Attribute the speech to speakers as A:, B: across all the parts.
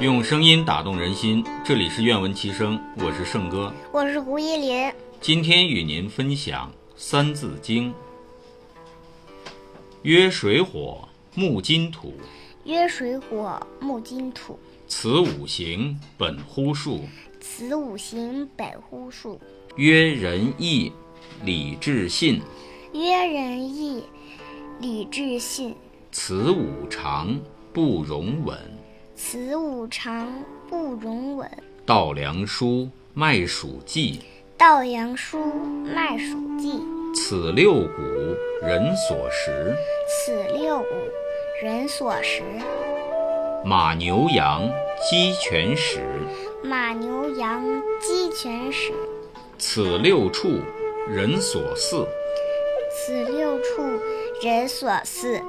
A: 用声音打动人心，这里是愿闻其声，我是圣哥。
B: 我是胡一林。
A: 今天与您分享《三字经》：曰水火，木金土，
B: 曰水火木金土，
A: 此五行本乎数。
B: 此五行本乎数。
A: 曰仁义，礼智信，
B: 曰仁义，礼智信，
A: 此五常不容紊。
B: 此五常不容紊。
A: 稻粱菽，麦黍稷，
B: 稻粱菽，麦黍稷，
A: 此六谷人所食。
B: 此六谷，人所食。
A: 马牛羊，鸡犬豕，
B: 马牛羊鸡犬豕，
A: 此六畜人所饲。
B: 此六畜，人所饲。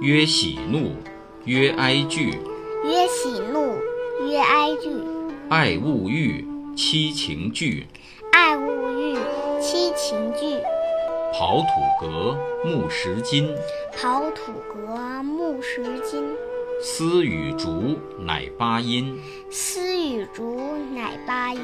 A: 曰喜怒，曰哀惧，
B: 曰喜怒，曰哀惧，
A: 爱恶欲，七情具。
B: 爱恶欲，七情具。
A: 刨土革，木石金，
B: 刨土革，木石金。
A: 丝与竹乃八音。
B: 丝与竹乃八音。